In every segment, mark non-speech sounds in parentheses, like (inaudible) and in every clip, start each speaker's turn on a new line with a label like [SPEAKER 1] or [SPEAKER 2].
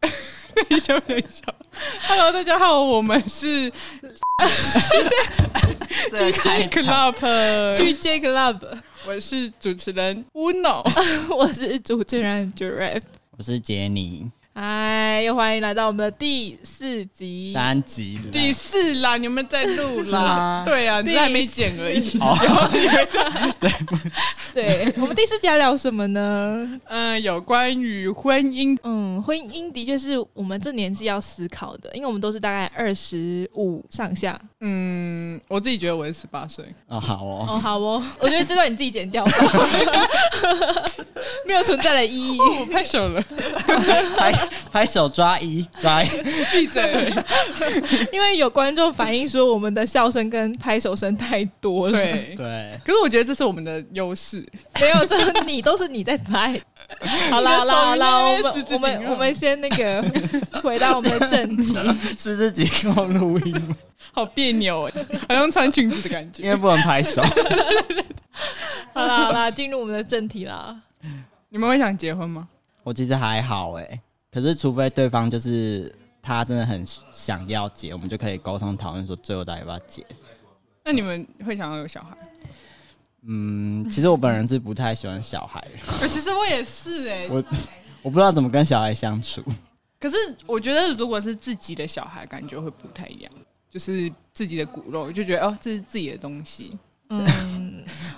[SPEAKER 1] 等一下，等一下。Hello，大家好，我们是
[SPEAKER 2] 这
[SPEAKER 1] J
[SPEAKER 2] 开场
[SPEAKER 1] Club，
[SPEAKER 3] 去 J Club，
[SPEAKER 1] 我是主持人 Uno。
[SPEAKER 3] (laughs) 我是主持人 Giraffe。
[SPEAKER 2] 我是杰尼，
[SPEAKER 3] 哎，又欢迎来到我们的第四集。
[SPEAKER 2] 三集了
[SPEAKER 1] 第四啦，你们在录
[SPEAKER 2] 是
[SPEAKER 1] 啦
[SPEAKER 2] 吗？
[SPEAKER 1] 对啊，你
[SPEAKER 3] 第
[SPEAKER 1] 是还没剪而已。
[SPEAKER 3] (laughs)
[SPEAKER 2] 好，
[SPEAKER 3] 对， (laughs) 我们第四集要聊什么呢？
[SPEAKER 1] 嗯，有关于婚姻，
[SPEAKER 3] 嗯，婚姻的确是我们这年纪要思考的，因为我们都是大概二十五上下。
[SPEAKER 1] 嗯，我自己觉得我是十八岁，
[SPEAKER 2] 哦，好哦，
[SPEAKER 3] 哦，
[SPEAKER 1] (laughs)
[SPEAKER 3] 好哦，我觉得这段你自己剪掉吧， (laughs) 没有存在的意义。
[SPEAKER 1] 我拍手了，
[SPEAKER 2] 拍拍手抓一抓一，
[SPEAKER 1] 闭 (laughs) 嘴。
[SPEAKER 3] 因为有观众反映说，我们的笑声跟拍手声太多了。，
[SPEAKER 1] 对，
[SPEAKER 2] 对，
[SPEAKER 1] 可是我觉得这是我们的优势。
[SPEAKER 3] 没有，这你都是你
[SPEAKER 1] (laughs)
[SPEAKER 3] 在拍。好啦好啦好啦，
[SPEAKER 1] 你的手
[SPEAKER 3] 我
[SPEAKER 1] 语在那边十指紧
[SPEAKER 3] 们我们
[SPEAKER 1] 扣
[SPEAKER 3] 我们先那个 (laughs) 回到我们的正
[SPEAKER 1] (laughs)
[SPEAKER 3] 题。
[SPEAKER 2] 是自己跟我录音吗，
[SPEAKER 1] 好别扭哎、 (laughs) 好像穿裙子的感
[SPEAKER 2] 因
[SPEAKER 1] 觉。
[SPEAKER 2] 为不能拍手。 (laughs)
[SPEAKER 3] 好啦好啦，进入我们的正题啦。
[SPEAKER 1] 你们会想结婚吗？
[SPEAKER 2] 我其实还好哎、可是除非对方就是他真的很想要结，我们就可以沟通讨论说最后到底要不要结。
[SPEAKER 3] 嗯
[SPEAKER 1] 那你们会想要有
[SPEAKER 3] (laughs)
[SPEAKER 1] 小孩？
[SPEAKER 2] 嗯，其实我本人是不太喜欢小孩，
[SPEAKER 1] 呃其实我也是哎、
[SPEAKER 2] 我我不知道怎么跟小孩相处。
[SPEAKER 1] 可是我觉得如果是自己的小孩，感觉会不太一样，就是自己的骨肉，就觉得哦，这是自己的东西。
[SPEAKER 3] 嗯，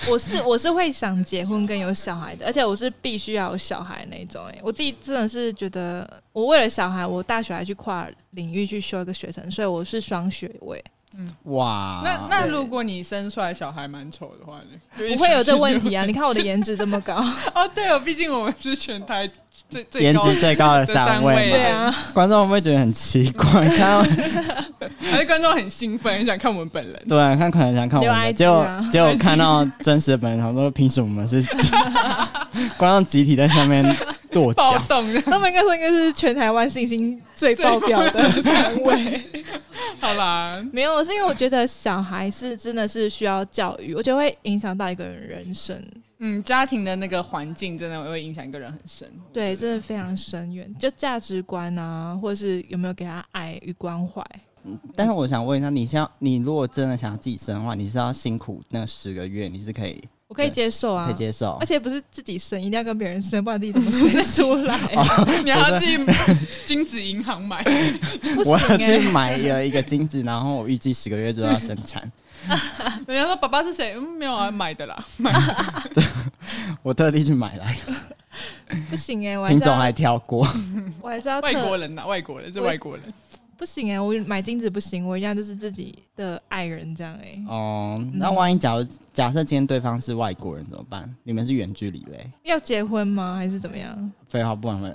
[SPEAKER 3] 我是我是会想结婚跟有小孩的，而且我是必须要有小孩那一种、欸。我自己真的是觉得，我为了小孩，我大学还去跨领域去修一个学程，所以我是双学位。啊
[SPEAKER 2] 哇，
[SPEAKER 1] 那那如果你生出来小孩蛮丑的话呢？就一
[SPEAKER 3] 不会有这
[SPEAKER 1] 起
[SPEAKER 3] 问题啊！你看我的颜值这么高，
[SPEAKER 1] 哦，对哦，毕竟我们是全台最最
[SPEAKER 2] 颜
[SPEAKER 1] 高
[SPEAKER 2] 值最高的
[SPEAKER 1] 的
[SPEAKER 2] 三
[SPEAKER 1] 位
[SPEAKER 2] 位
[SPEAKER 1] 嘛
[SPEAKER 2] 嘛，
[SPEAKER 3] 对啊，
[SPEAKER 2] 观众会不会觉得很奇怪？ (laughs) 看到
[SPEAKER 1] 还是观众很兴奋，很想看我们本
[SPEAKER 3] (laughs)
[SPEAKER 1] 人。
[SPEAKER 2] 对，看可能想看我
[SPEAKER 3] 留
[SPEAKER 2] 们的，
[SPEAKER 3] IG
[SPEAKER 2] 结果
[SPEAKER 3] 啊
[SPEAKER 2] 结果看到真实的本人，他说凭什么我们
[SPEAKER 3] (laughs)
[SPEAKER 2] 是观众集体在下面跺
[SPEAKER 1] 暴
[SPEAKER 2] 脚？
[SPEAKER 1] 动的，
[SPEAKER 3] (laughs) 他们应该说应该是全台湾信心最爆表的三
[SPEAKER 1] (laughs)
[SPEAKER 3] 位。
[SPEAKER 1] 好啦，
[SPEAKER 3] (laughs) 没有，是因为我觉得小孩是真的是需要教育，我觉得会影响到一个人人生，
[SPEAKER 1] 嗯，家庭的那个环境真的会影响一个人很深。
[SPEAKER 3] 对，真的非常深远，就价值观啊，或者是有没有给他爱与关怀。
[SPEAKER 2] 但是我想问一下，你像你如果真的想要自己生的话，你是要辛苦那十个月，你是可以
[SPEAKER 3] 我可以接受啊
[SPEAKER 2] 可以，接受
[SPEAKER 3] 而？且不是自己生，一定要跟别人生，不然自己怎
[SPEAKER 1] (laughs)
[SPEAKER 2] (laughs)
[SPEAKER 3] 么生出来？
[SPEAKER 1] 哦你还要自己 (laughs) 精子银行 (laughs) 买，
[SPEAKER 3] 不行
[SPEAKER 2] 我要去
[SPEAKER 3] 哎、
[SPEAKER 2] 买了一个精子，然后我预计十个月之后要生产。
[SPEAKER 1] 人家说爸爸是谁？嗯，没有啊，买的啦。
[SPEAKER 2] (laughs) 我特地去买来，
[SPEAKER 3] 不行哎哎、我还
[SPEAKER 2] 品
[SPEAKER 3] 是
[SPEAKER 2] 种
[SPEAKER 3] 要嗯
[SPEAKER 2] 还挑过。
[SPEAKER 3] 我还是要
[SPEAKER 1] 外国
[SPEAKER 3] 特
[SPEAKER 1] 人呐、啊外国人是
[SPEAKER 3] 我
[SPEAKER 1] 外国人。
[SPEAKER 3] 不行哎、我买金子不行，我一定要就是自己的爱人这样哎、
[SPEAKER 2] 哦、那万一假如假设今天对方是外国人怎么办？你们是远距离嘞？
[SPEAKER 3] 要结婚吗？还是怎么样？
[SPEAKER 2] 废话不然了，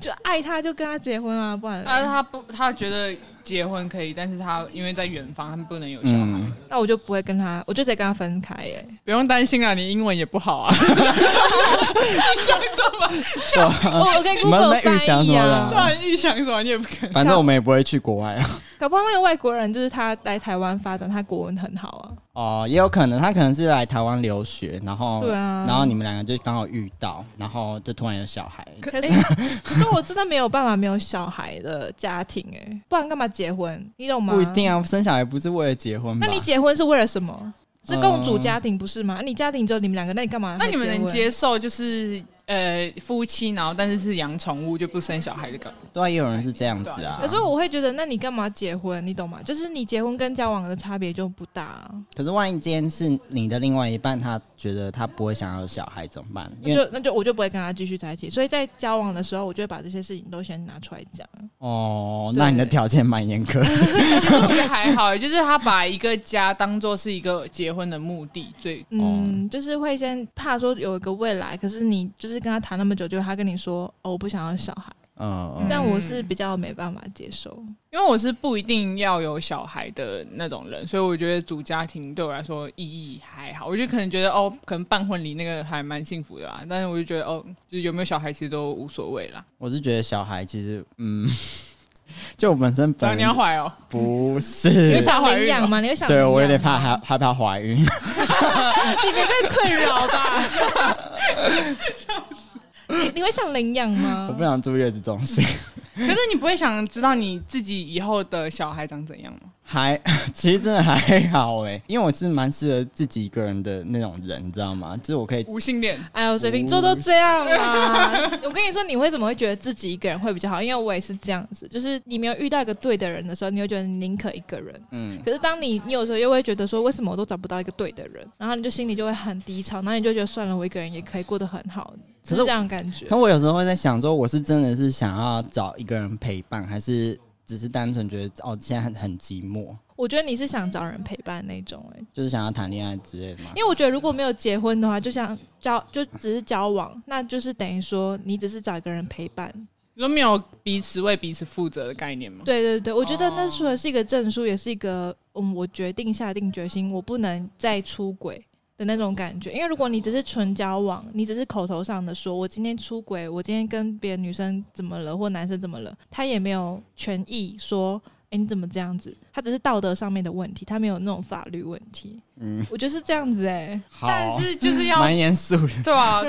[SPEAKER 3] 就爱他就跟他结婚啊，不然嘞、
[SPEAKER 1] 啊，他不，他觉得结婚可以，但是他因为在远方，他们不能有小孩。
[SPEAKER 2] 嗯，
[SPEAKER 3] 那我就不会跟他，我就直接跟他分开哎、
[SPEAKER 2] (laughs)
[SPEAKER 1] 不用担心啊，你英文也不好 (laughs) 啊。你想什么？
[SPEAKER 2] 就
[SPEAKER 3] 哦我我可以
[SPEAKER 2] 你们
[SPEAKER 3] Google
[SPEAKER 2] 没预想什
[SPEAKER 3] 翻译
[SPEAKER 2] 么
[SPEAKER 3] 啊
[SPEAKER 1] 突
[SPEAKER 2] 啦，
[SPEAKER 1] 然预想什么，你也不可能。
[SPEAKER 2] 反正我们也不会去国外啊。
[SPEAKER 3] 搞不好那个外国人就是他来台湾发展，他国文很好啊。
[SPEAKER 2] 哦，也有可能他可能是来台湾留学，然后
[SPEAKER 3] 对啊
[SPEAKER 2] 然后你们两个就刚好遇到，然后就突然有小孩。
[SPEAKER 3] 可是，
[SPEAKER 1] (laughs)
[SPEAKER 3] 可是我真的没有办法没有小孩的家庭哎、不然干嘛结婚？你懂吗？
[SPEAKER 2] 不一。定啊，生小孩不是为了结婚吧？嗯
[SPEAKER 3] 那你结婚是为了什么？是共主家庭不是吗？你家庭只有你们两个，那你干嘛？
[SPEAKER 1] (laughs) 那你们能？接受就是呃夫妻，然后但是是养宠物就不生小孩的感 (laughs) 觉？
[SPEAKER 2] 对啊，也有人是这样子
[SPEAKER 1] 对啊
[SPEAKER 2] 啊。
[SPEAKER 3] 可是我会觉得，那你干嘛结婚？你懂吗？就是你结婚跟交往的差别就不大、啊，
[SPEAKER 2] 可是万一今天是你的另外一半，他觉得他不会想要有小孩怎么办？
[SPEAKER 3] 那
[SPEAKER 2] 因为
[SPEAKER 3] 就那就我就不会跟他继续在一起。所以在交往的时候，我就会把这些事情都先拿出来讲。
[SPEAKER 2] 哦，
[SPEAKER 3] 对
[SPEAKER 2] 那你的条件蛮严苛。
[SPEAKER 1] 其实我觉得还好，就是他把一个家当做是一个结婚的目的，最
[SPEAKER 2] 哦
[SPEAKER 3] 嗯，就是会先怕说有一个未来，可是你就是跟他谈那么久，就他跟你说哦，我不想要小孩，
[SPEAKER 2] (laughs) 嗯
[SPEAKER 3] 这
[SPEAKER 2] 嗯，
[SPEAKER 3] 样我是比较没办法接受。
[SPEAKER 1] 因为我是不一定要有小孩的那种人，所以我觉得组家庭对我来说意义还好。我就可能觉得哦，可能办婚礼那个还蛮幸福的吧，但是我就觉得哦，就是有没有小孩其实都无所谓啦。
[SPEAKER 2] 我是觉得小孩其实，嗯， (laughs) 就我本身
[SPEAKER 1] 当
[SPEAKER 2] 本
[SPEAKER 1] 然你要
[SPEAKER 2] 人
[SPEAKER 1] 怀哦，
[SPEAKER 2] 不
[SPEAKER 3] 你
[SPEAKER 2] 是
[SPEAKER 3] 会，想
[SPEAKER 1] 怀孕
[SPEAKER 3] 领养吗？你会想
[SPEAKER 2] 对我有
[SPEAKER 3] 领
[SPEAKER 2] 点
[SPEAKER 3] 养
[SPEAKER 2] 怕
[SPEAKER 3] 吗
[SPEAKER 2] 害害怕怀孕。 (laughs)
[SPEAKER 3] 你别再困扰吧。你你会想领养吗
[SPEAKER 2] (laughs) 我？不想住月子中心。
[SPEAKER 1] 可是你不会想知道你自己以后的小孩长怎样吗？
[SPEAKER 2] 还 (laughs) 其实真的还好哎，因为我是蛮适合自己一个人的那种人，你知道吗？就是我可以
[SPEAKER 1] 无性恋，
[SPEAKER 3] 哎呦，水瓶座都这样啦。
[SPEAKER 2] 嗯
[SPEAKER 3] (laughs) 我跟你说，你为什么会觉得自己一个人会比较好？因为我也是这样子，就是你没有遇到一个对的人的时候，你会觉得你宁可一个人。
[SPEAKER 2] 嗯，
[SPEAKER 3] 可是当你你有时候又会觉得说，为什么我都找不到一个对的人？然后你就心里就会很低潮，然后你就觉得算了，我一个人也可以过得很好，
[SPEAKER 2] 可是
[SPEAKER 3] 是这样的感觉
[SPEAKER 2] 可。我有时候会在想，说我是真的是想要找一个人陪伴，还是只是单纯觉得哦，现在很很寂寞，
[SPEAKER 3] 我觉得你是想找人陪伴那种、哎，
[SPEAKER 2] 就是想要谈恋爱之类的嘛
[SPEAKER 3] 因。为我觉得如果没有结婚的话，就像交就只是交往，那就是等于说你只是找一个人陪伴。
[SPEAKER 1] 你说没有彼此为彼此负责的概念吗？
[SPEAKER 3] 对对对，我觉得那
[SPEAKER 1] 哦
[SPEAKER 3] 除了是一个证书，也是一个嗯，我决定下定决嗯心，我不能再出轨的那种感觉。因为如果你只是纯交往，你只是口头上的说我今天出轨，我今天跟别的女生怎么了，或男生怎么了，他也没有权益说。哎，你怎么这样子？他只是道德上面的问题，他没有那种法律问题。
[SPEAKER 2] 嗯，
[SPEAKER 3] 我觉得是这样子哎、
[SPEAKER 2] 好，
[SPEAKER 1] 但是就是要
[SPEAKER 2] 蛮严肃的。
[SPEAKER 1] 对啊，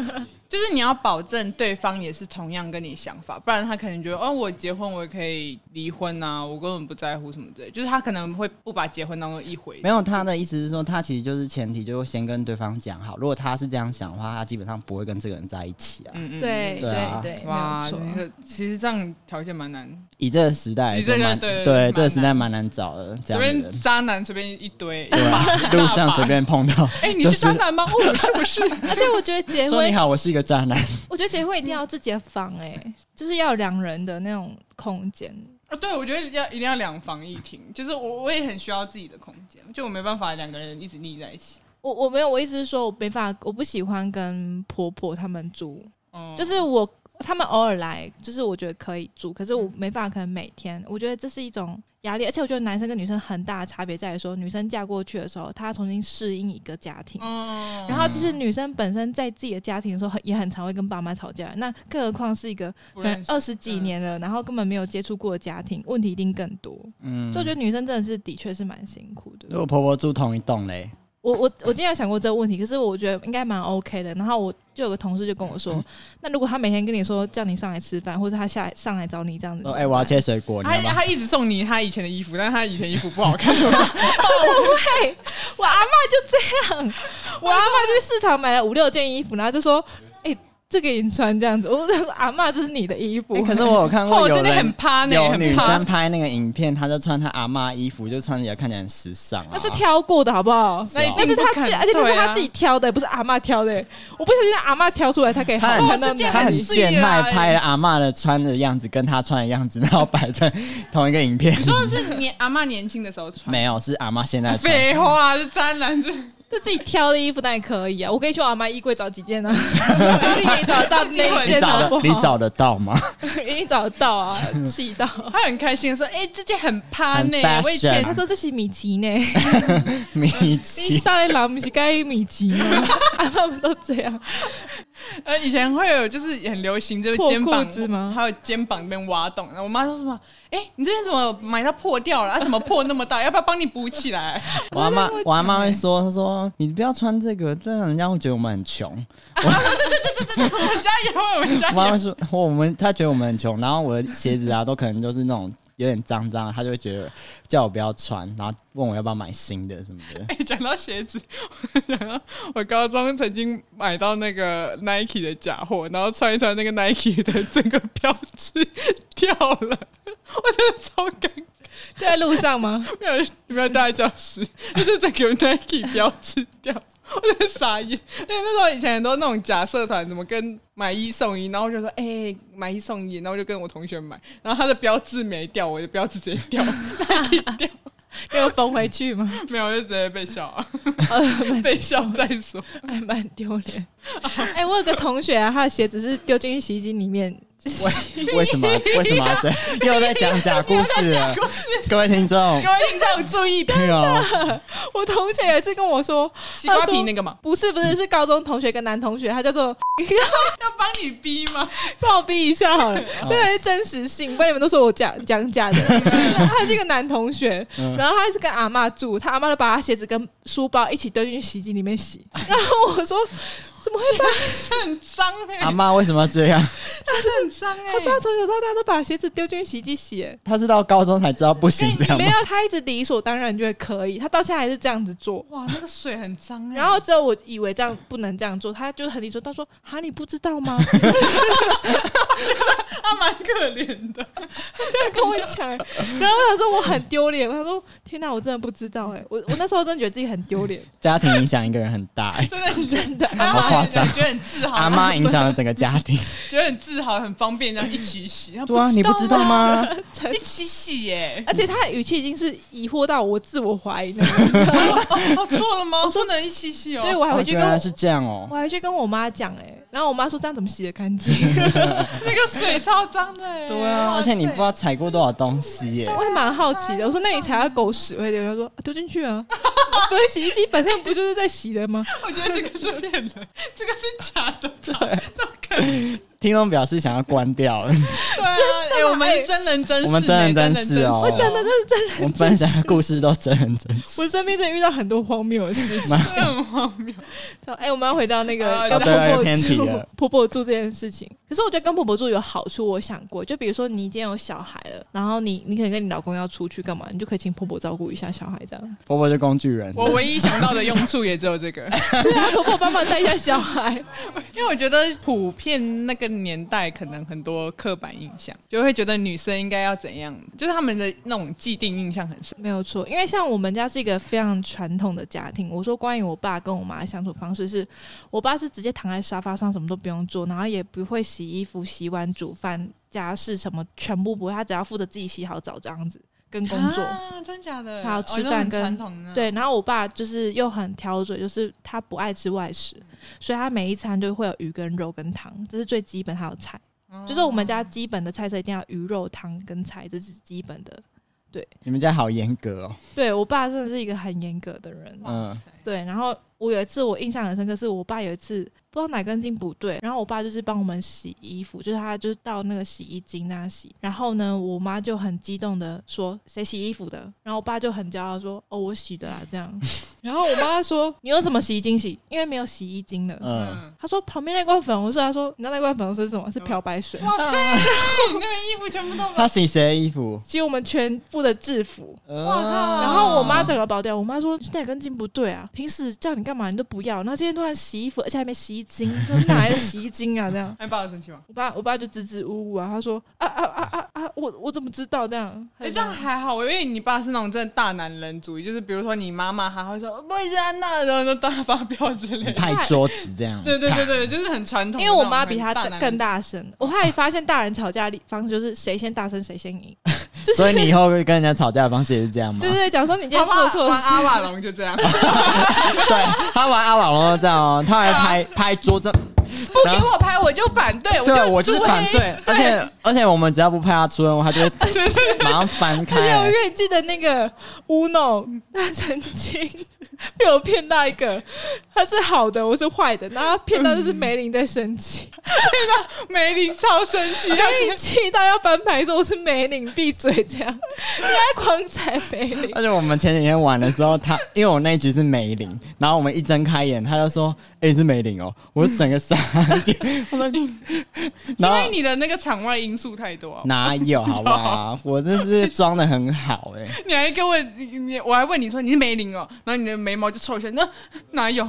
[SPEAKER 1] 就是你要保证对方也是同样跟你想法，不然他可能觉得哦，我结婚我也可以离婚啊，我根本不在乎什么之类，就是他可能会不把结婚当做一回
[SPEAKER 2] 没。有，他的意思是说，他其实就是前提，就是先跟对方讲好。如果他是这样想的话，他基本上不会跟这个人在一起啊。
[SPEAKER 1] 嗯嗯，嗯
[SPEAKER 3] 对
[SPEAKER 2] 对啊
[SPEAKER 3] 对，没
[SPEAKER 1] 哇
[SPEAKER 3] 有，错。
[SPEAKER 1] 那个其实这样条件蛮难，
[SPEAKER 2] 以这个时代来说
[SPEAKER 1] 以这个
[SPEAKER 2] 蛮，
[SPEAKER 1] 对
[SPEAKER 2] 对
[SPEAKER 1] 蛮
[SPEAKER 2] 这个时代蛮难找的，
[SPEAKER 1] 随
[SPEAKER 2] 这样的
[SPEAKER 1] 便
[SPEAKER 2] 人
[SPEAKER 1] 渣男随便一堆。
[SPEAKER 2] 对啊，路上随便碰到。
[SPEAKER 1] 哎，你
[SPEAKER 2] 就是是
[SPEAKER 1] 渣男吗？哦，是不是？ (laughs)
[SPEAKER 3] 而且我觉得结
[SPEAKER 2] 说
[SPEAKER 3] 婚
[SPEAKER 2] 你好，我是一个渣男。
[SPEAKER 3] 我觉得结婚一定要自己的房、哎，就是要有两人的那种空间。
[SPEAKER 1] 啊，对，我觉得要一定要两房一厅，就是我我也很需要自己的空间，就我没办法两个人一直腻在一起。
[SPEAKER 3] 我我没有，我意思是说，我没法，我不喜欢跟婆婆他们住，
[SPEAKER 1] 哦
[SPEAKER 3] 就是我他们偶尔来，就是我觉得可以住，可是
[SPEAKER 1] 嗯
[SPEAKER 3] 我没法，可能每天，我觉得这是一种压力，而且我觉得男生跟女生很大的差别在于说，女生嫁过去的时候，她要重新适应一个家庭。
[SPEAKER 1] 嗯
[SPEAKER 3] 然后就是女生本身在自己的家庭的时候，很也很常会跟爸妈吵架，那更何况是一个
[SPEAKER 1] 不
[SPEAKER 3] 可
[SPEAKER 1] 认
[SPEAKER 3] 能
[SPEAKER 1] 识嗯
[SPEAKER 3] 二十几年了，然后根本没有接触过的家庭，问题一定更多。
[SPEAKER 2] (laughs) 嗯，
[SPEAKER 3] 所以我觉得女生真的是的确是蛮辛苦的
[SPEAKER 2] 如。果婆婆住同一栋嘞，
[SPEAKER 3] 我我我今天有想过这个问题，可是我觉得应该蛮 OK 的。然后我就有个同事就跟我说，
[SPEAKER 2] 嗯
[SPEAKER 3] 那如果他每天跟你说叫你上来吃饭，或者他下来上来找你这样子，
[SPEAKER 2] 说
[SPEAKER 3] 怎么
[SPEAKER 2] 哎，我要
[SPEAKER 3] 办
[SPEAKER 2] 切水果，你
[SPEAKER 1] 他
[SPEAKER 2] 要吗？
[SPEAKER 1] 他一直送你他以前的衣服，但是他以前衣服不好
[SPEAKER 2] (laughs)
[SPEAKER 1] 看，
[SPEAKER 3] 我阿嬷就这样，我阿嬷去市场买了五六件衣服，然后就说，哎、这个你穿这样子，我就说阿嬷这是你的衣服，
[SPEAKER 2] 哎可是我有看
[SPEAKER 1] 哇
[SPEAKER 2] 过
[SPEAKER 1] 哦我
[SPEAKER 2] 有
[SPEAKER 1] 真的很
[SPEAKER 2] 人
[SPEAKER 1] 趴呢，
[SPEAKER 2] 有女
[SPEAKER 1] 很趴
[SPEAKER 2] 生。拍那个影片，她就穿她阿妈衣服，就穿起来看起来很时尚啊。
[SPEAKER 3] 那是挑过的好不好？
[SPEAKER 2] 那一定
[SPEAKER 3] 那是他
[SPEAKER 1] 不
[SPEAKER 3] 自己，
[SPEAKER 1] 敢
[SPEAKER 3] 而且那是
[SPEAKER 1] 对
[SPEAKER 3] 他
[SPEAKER 1] 啊
[SPEAKER 3] 自己挑的，不是阿嬷挑的。我不相信他阿嬷挑出来，他可以好
[SPEAKER 2] 他
[SPEAKER 3] 好
[SPEAKER 2] 很
[SPEAKER 3] 看到
[SPEAKER 1] 是这样
[SPEAKER 2] 她
[SPEAKER 3] 哪
[SPEAKER 2] 很
[SPEAKER 3] 里。
[SPEAKER 2] 贱，
[SPEAKER 1] 很细
[SPEAKER 2] 她
[SPEAKER 1] 啊
[SPEAKER 2] 还拍了阿妈的穿的样子跟她穿的样子，然后摆在同一个影片。
[SPEAKER 1] 你说的是年阿妈年轻的时候穿，
[SPEAKER 2] 没有，是阿妈现在穿。
[SPEAKER 1] 废话，是渣男，这
[SPEAKER 3] 他自己挑的衣服那也可以啊，我可以去我阿妈衣柜找几件啊， (laughs) 一定可以找得到那一
[SPEAKER 2] 你
[SPEAKER 3] 件
[SPEAKER 2] 找
[SPEAKER 3] 啊，好不
[SPEAKER 2] 得
[SPEAKER 3] 好
[SPEAKER 2] 你找得到吗？
[SPEAKER 3] 一定找得到
[SPEAKER 2] (laughs)
[SPEAKER 3] 啊，气到。
[SPEAKER 1] 他很开心的说：“哎、这件很趴呢
[SPEAKER 2] 很 fashion，
[SPEAKER 1] 我以前
[SPEAKER 3] 他说这是米奇呢，
[SPEAKER 2] 米
[SPEAKER 3] 你
[SPEAKER 2] 奇，
[SPEAKER 3] 上来老不是该米奇吗？ (laughs) 啊阿妈们都这样，
[SPEAKER 1] 呃以前会有就是很流行这个
[SPEAKER 3] 破
[SPEAKER 1] 肩膀
[SPEAKER 3] 裤子吗
[SPEAKER 1] 还有肩膀那边挖洞。然后我妈说什么？哎、你这边怎么买到破掉了？啊，怎么破那么大？要不要帮你补起来？ (laughs)
[SPEAKER 2] 我阿妈
[SPEAKER 3] 我在
[SPEAKER 2] 我阿妈会说，她说你不要穿这个，这样人家会觉得我们很穷。
[SPEAKER 1] 加油，我们加
[SPEAKER 2] 我妈
[SPEAKER 1] 油！
[SPEAKER 2] 妈说我们，她觉得我们很穷，然后我的鞋子啊都可能都是那种有点脏脏的，她就会觉得叫我不要穿，然后问我要不要买新的什么的。
[SPEAKER 1] (laughs) 哎、讲到鞋子，我讲到我高中曾经买到那个 Nike 的假货，然后穿一穿那个 Nike (laughs) 的整个标志掉了，我真的超尴尬。”
[SPEAKER 3] 就在路上吗？
[SPEAKER 1] 没有没有大教室，就是整个 Nike 标志掉，我真的傻眼。因为那时候以前很多那种假社团，怎么跟买一送一，然后我就说哎、买一送一，然后我就跟我同学买，然后他的标志没掉，我的标志直接掉 (laughs) ，Nike 掉，
[SPEAKER 3] 要缝回去吗？ (laughs)
[SPEAKER 1] 没有我就直接被笑、 (laughs) 啊，
[SPEAKER 3] 呃，蛮
[SPEAKER 1] 被笑再说。
[SPEAKER 3] 还蛮丢 (laughs) 脸。哎、我有个同学啊，他的鞋子是丢进去洗衣机里面，
[SPEAKER 2] 为为什么为什么要这样又在讲假故事了？各位听众，
[SPEAKER 1] 各位听众注意，
[SPEAKER 2] 对哦，
[SPEAKER 3] 我同学有一次跟我说，
[SPEAKER 1] 西瓜皮那个嘛，
[SPEAKER 3] 不是不是，是高中同学跟男同学，他叫 (laughs) 做
[SPEAKER 1] 要帮你逼吗？
[SPEAKER 3] 帮我逼一下好了， (laughs) 这个是真实性，不然你们都说我讲讲假 (laughs) 的。他是一个男同学，
[SPEAKER 2] 嗯
[SPEAKER 3] 然后他是跟阿嬷住，他阿嬷就把他鞋子跟书包一起丢进去洗衣机里面洗。然后我说怎么会把？
[SPEAKER 1] 很脏哎、
[SPEAKER 2] 阿妈为什么要这样？
[SPEAKER 1] 很脏哎、
[SPEAKER 3] 他说他从小到大都把鞋子丢进洗衣机洗、欸，
[SPEAKER 2] 他是到高中才知道不行这样
[SPEAKER 3] 没
[SPEAKER 2] 吗？
[SPEAKER 3] 有，他一直理所当然觉得可以，他到现在还是这样子做。
[SPEAKER 1] 哇，那个水很脏哎、
[SPEAKER 2] 嗯
[SPEAKER 3] 然后之后我以为这样不能这样做，他就很理所，他说：“哈，你不知
[SPEAKER 2] (laughs)
[SPEAKER 3] 道吗？”
[SPEAKER 1] 他蛮可怜的，
[SPEAKER 3] 他跟我讲，然后他说我很丢脸，他说：“天哪，我真的不知道哎、我我那时候真的觉得自己很丢脸，
[SPEAKER 2] 家庭影响一个人很大、欸，
[SPEAKER 1] 真的很真
[SPEAKER 3] 的
[SPEAKER 1] 阿
[SPEAKER 2] 好夸
[SPEAKER 1] 妈
[SPEAKER 2] 张
[SPEAKER 1] 觉得很自豪，
[SPEAKER 2] 阿妈影响了整个家庭。
[SPEAKER 1] 觉得很自豪，很方便这样一起洗。她
[SPEAKER 2] (laughs) 对啊，你不知道
[SPEAKER 1] 吗？
[SPEAKER 2] 吗？
[SPEAKER 3] 真
[SPEAKER 1] 一起洗耶、
[SPEAKER 2] (laughs)
[SPEAKER 3] 而且他的语气已经是疑惑到我自我怀疑那种。
[SPEAKER 1] 哦，错了吗？我说能一起洗哦。
[SPEAKER 3] 对，我还
[SPEAKER 2] 哦
[SPEAKER 3] 回去
[SPEAKER 2] 原
[SPEAKER 3] 跟我
[SPEAKER 2] 来是这样哦
[SPEAKER 3] 我。还去跟我妈讲哎、然后我妈说这样怎么洗得干净？
[SPEAKER 1] 那个水超脏的、欸。
[SPEAKER 2] 对啊，而且你不知道踩过多少东西耶、
[SPEAKER 3] 我还蛮好奇的。我说那你踩到狗屎会流，她说啊丢进去 (laughs) 啊。不是洗衣机本身不就是在洗的吗？
[SPEAKER 1] 哦我觉得这个是骗人，
[SPEAKER 2] (laughs)
[SPEAKER 1] 这个是假的，这这可能
[SPEAKER 2] 听众表示想要关掉了，
[SPEAKER 1] 对啊。哎、我们是真人真事，
[SPEAKER 2] 我们真人
[SPEAKER 1] 没
[SPEAKER 2] 真
[SPEAKER 1] 真
[SPEAKER 2] 事
[SPEAKER 1] 人
[SPEAKER 2] 哦
[SPEAKER 3] 我讲的这是 (laughs) 真的，
[SPEAKER 2] (laughs) 我们分享的故事都真人真事。
[SPEAKER 3] 我身边真的遇到很多荒谬的 (laughs) 事情。
[SPEAKER 1] 真的很荒谬。
[SPEAKER 3] 哎、我们要回到那个
[SPEAKER 1] 啊
[SPEAKER 3] 跟
[SPEAKER 1] 对
[SPEAKER 3] 婆婆
[SPEAKER 2] 偏题
[SPEAKER 3] 住
[SPEAKER 2] 了、
[SPEAKER 3] (laughs) 婆婆住这件事情。可是我觉得跟婆婆住有好处，我想过，就比如说你今天有小孩了，然后你你可能跟你老公要出去干嘛，你就可以请婆婆照顾一下小孩这样。
[SPEAKER 2] 婆婆就工具人，
[SPEAKER 1] (laughs) 我唯一想到的用处也只有这个，
[SPEAKER 3] 对啊， (laughs) 婆婆帮忙带一下小孩。
[SPEAKER 1] 因为我觉得普遍那个年代可能很多刻板印象，就会觉得女生应该要怎样，就是他们的那种既定印象很深。
[SPEAKER 3] 没有错，因为像我们家是一个非常传统的家庭。我说关于我爸跟我妈的相处方式是，我爸是直接躺在沙发上，什么都不用做，然后也不会洗衣服、洗碗、煮饭、家事什么，全部不会，他只要负责自己洗好澡这样子跟工作。
[SPEAKER 1] 啊、真假的？
[SPEAKER 3] 还有
[SPEAKER 1] 哦
[SPEAKER 3] 吃
[SPEAKER 1] 就
[SPEAKER 3] 饭
[SPEAKER 1] 很
[SPEAKER 3] 跟
[SPEAKER 1] 传统呢。
[SPEAKER 3] 对，然后我爸就是又很挑嘴，就是他不爱吃外食，所以他每一餐就会有鱼跟肉跟汤，这是最基本，还有菜。
[SPEAKER 1] 嗯，
[SPEAKER 3] 就是我们家基本的菜色一定要鱼肉汤跟菜，这是基本的。
[SPEAKER 2] 你们家好严格哦。
[SPEAKER 3] 对我爸真的是一个很严格的人，
[SPEAKER 1] 哇塞，
[SPEAKER 3] 对，然后我有一次我印象很深刻，是我爸有一次不知道哪根筋不对，然后我爸就是帮我们洗衣服，就是他就是倒那个洗衣精那样洗，然后呢，我妈就很激动的说谁洗衣服的，然后我爸就很骄傲地说哦我洗的啦这样， (laughs) 然后我妈说你用什么洗衣精洗？因为没有洗衣精了。
[SPEAKER 2] 嗯，
[SPEAKER 3] 他说旁边那罐粉红色，他啊说你知道那罐粉红色是什么？是漂白水。
[SPEAKER 1] 哇塞， (laughs) 你那个衣服全部都 (laughs)
[SPEAKER 2] 她洗谁的衣服？
[SPEAKER 3] 其实我们全部的制服，
[SPEAKER 1] 哇靠
[SPEAKER 3] 然后我
[SPEAKER 1] 哦
[SPEAKER 3] 妈整个爆掉，我妈说你哪根筋不对啊？平时叫你干嘛你都不要，然后今天突然洗衣服，而且还没洗衣精，说哪来的洗衣精啊？这样， (laughs)
[SPEAKER 1] 哎，爸爸生气吗？
[SPEAKER 3] 我爸我爸就支支吾吾啊，他说啊啊啊啊啊，我我怎么知道这样？
[SPEAKER 1] 哎、这样还好，我以为你爸是那种真的大男人主义，就是比如说你妈妈还会说呃不会是安娜，然后就大发飙之类的。
[SPEAKER 2] 拍桌子这样。
[SPEAKER 1] (laughs) 对对对
[SPEAKER 2] 啪，
[SPEAKER 1] 对，就是很传统。
[SPEAKER 3] 因为我妈比他
[SPEAKER 1] 大男人
[SPEAKER 3] 更，大声，
[SPEAKER 1] 哦
[SPEAKER 3] 我后来发现大人吵架的方式就是谁先大声谁先
[SPEAKER 1] (laughs)
[SPEAKER 3] 赢，就是
[SPEAKER 2] 所以你以后跟人家吵架的方式也是这样吗？
[SPEAKER 3] (laughs) 对对对，假如说你今天
[SPEAKER 1] 好吧
[SPEAKER 3] 做错
[SPEAKER 1] 玩
[SPEAKER 3] 事，
[SPEAKER 1] 阿瓦隆就这样，
[SPEAKER 2] 对，他玩阿瓦隆都这样哦，他还拍拍桌子，
[SPEAKER 1] 不给我拍我就反对，
[SPEAKER 2] 对
[SPEAKER 1] 就
[SPEAKER 2] 我就是
[SPEAKER 1] 猪黑
[SPEAKER 2] 反对，而且而且我们只要不拍他出任务，他就会马上翻
[SPEAKER 3] 而且 (laughs) 我
[SPEAKER 2] 开。
[SPEAKER 3] 永远记得那个 Uno，他曾经 (laughs) 被我骗到一个，他是好的，我是坏的，然后骗到就是梅林在生 (laughs) 气，
[SPEAKER 1] 梅林超生气，
[SPEAKER 3] 他一气到要翻牌说我是梅林，闭嘴这样，你还狂踩梅林，
[SPEAKER 2] 而且我们前几天玩的时候，他因为我那一局是梅林，然后我们一睁开眼，他就说：“哎、是梅林哦！”我整个傻眼，我说：“
[SPEAKER 1] 因
[SPEAKER 2] 然后
[SPEAKER 1] 为你的那个场外因素太多、啊。
[SPEAKER 2] (laughs) 哪有好不好？我这是装的很好哎、
[SPEAKER 1] 你还跟我，你你我还问你说你是梅林哦，然后你的眉毛就抽一下，那哪 (laughs) 有？